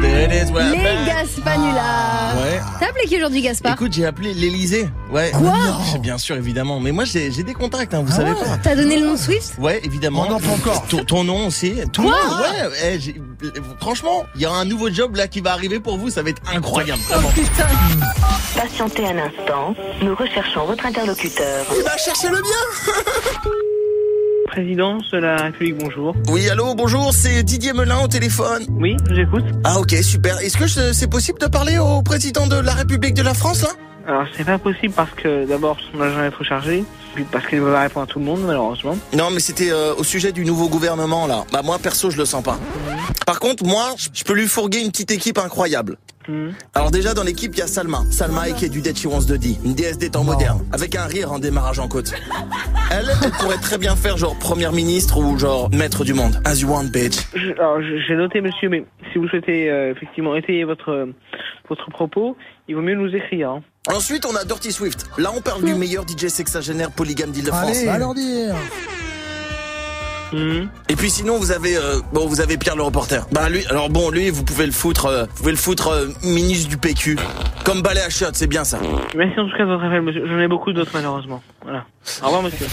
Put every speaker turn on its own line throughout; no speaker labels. It is what
Les
happens.
Gaspanulas.
ben. Ouais.
T'as appelé qui aujourd'hui, Gaspard
Écoute, j'ai appelé l'Elysée. Ouais.
Quoi Ah
Non. Bien sûr, évidemment. Mais moi, j'ai j'ai des contacts, hein, vous savez pas.
T'as donné le nom de Swift
Ouais, évidemment.
Oh non, pas encore.
Ton, ton nom aussi. Tout
Quoi
le monde. Ouais. eh, j'ai- franchement, il y aura un nouveau job là qui va arriver pour vous. Ça va être incroyable.
Oh
Vraiment.
putain
Patientez un instant, nous recherchons votre interlocuteur.
Il va chercher le bien.
Présidence de la République, bonjour.
Oui, allô, bonjour. C'est Didier Melin au téléphone.
Oui, j'écoute.
Ah, ok, super. Est-ce que je- c'est possible de parler au président de la République de la France là
Alors, c'est pas possible parce que d'abord, son agent est trop chargé, puis parce qu'il ne peut pas répondre à tout le monde, malheureusement.
Non, mais c'était euh, au sujet du nouveau gouvernement là. Bah moi perso, je le sens pas. Par contre, moi, je- je peux lui fourguer une petite équipe incroyable.
Mhm.
Alors déjà dans l'équipe, il y a Salma. Salma qui est du Dead She Wants to Die, une déesse des temps modernes, avec un rire en démarrage en côte. Elle, elle pourrait très bien faire genre première ministre ou genre maître du monde. As you want, bitch.
Je- alors, je- j'ai noté, monsieur, mais si vous souhaitez euh, effectivement étayer votre, euh, votre propos, il vaut mieux nous écrire. hein.
Ensuite, on a Dirty Swift. Là, on parle du meilleur DJ sexagénaire polygame d'Île-de-France.
Allez, va leur dire.
Mhm.
Et puis sinon vous avez euh, bon vous avez Pierre le reporter. Bah lui alors bon lui vous pouvez le foutre euh, vous pouvez le foutre euh, ministre du PQ comme balai à chiottes c'est bien ça.
Merci en tout cas de votre appel, monsieur. J'en ai beaucoup d'autres, malheureusement. Voilà. Au revoir, monsieur.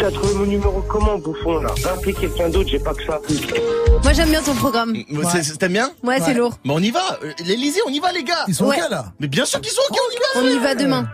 T'as trouvé mon numéro comment, bouffon, là Va appeler quelqu'un d'autre, j'ai pas que ça.
Moi j'aime bien ton programme. Ouais,
C'est- c'est- T'aimes bien
c'est lourd.
Bon on y va Euh, l'Élysée on y va les gars.
Ils sont
Ouais.
au cas, là.
Mais bien sûr qu'ils sont ok on y va.
On y va demain.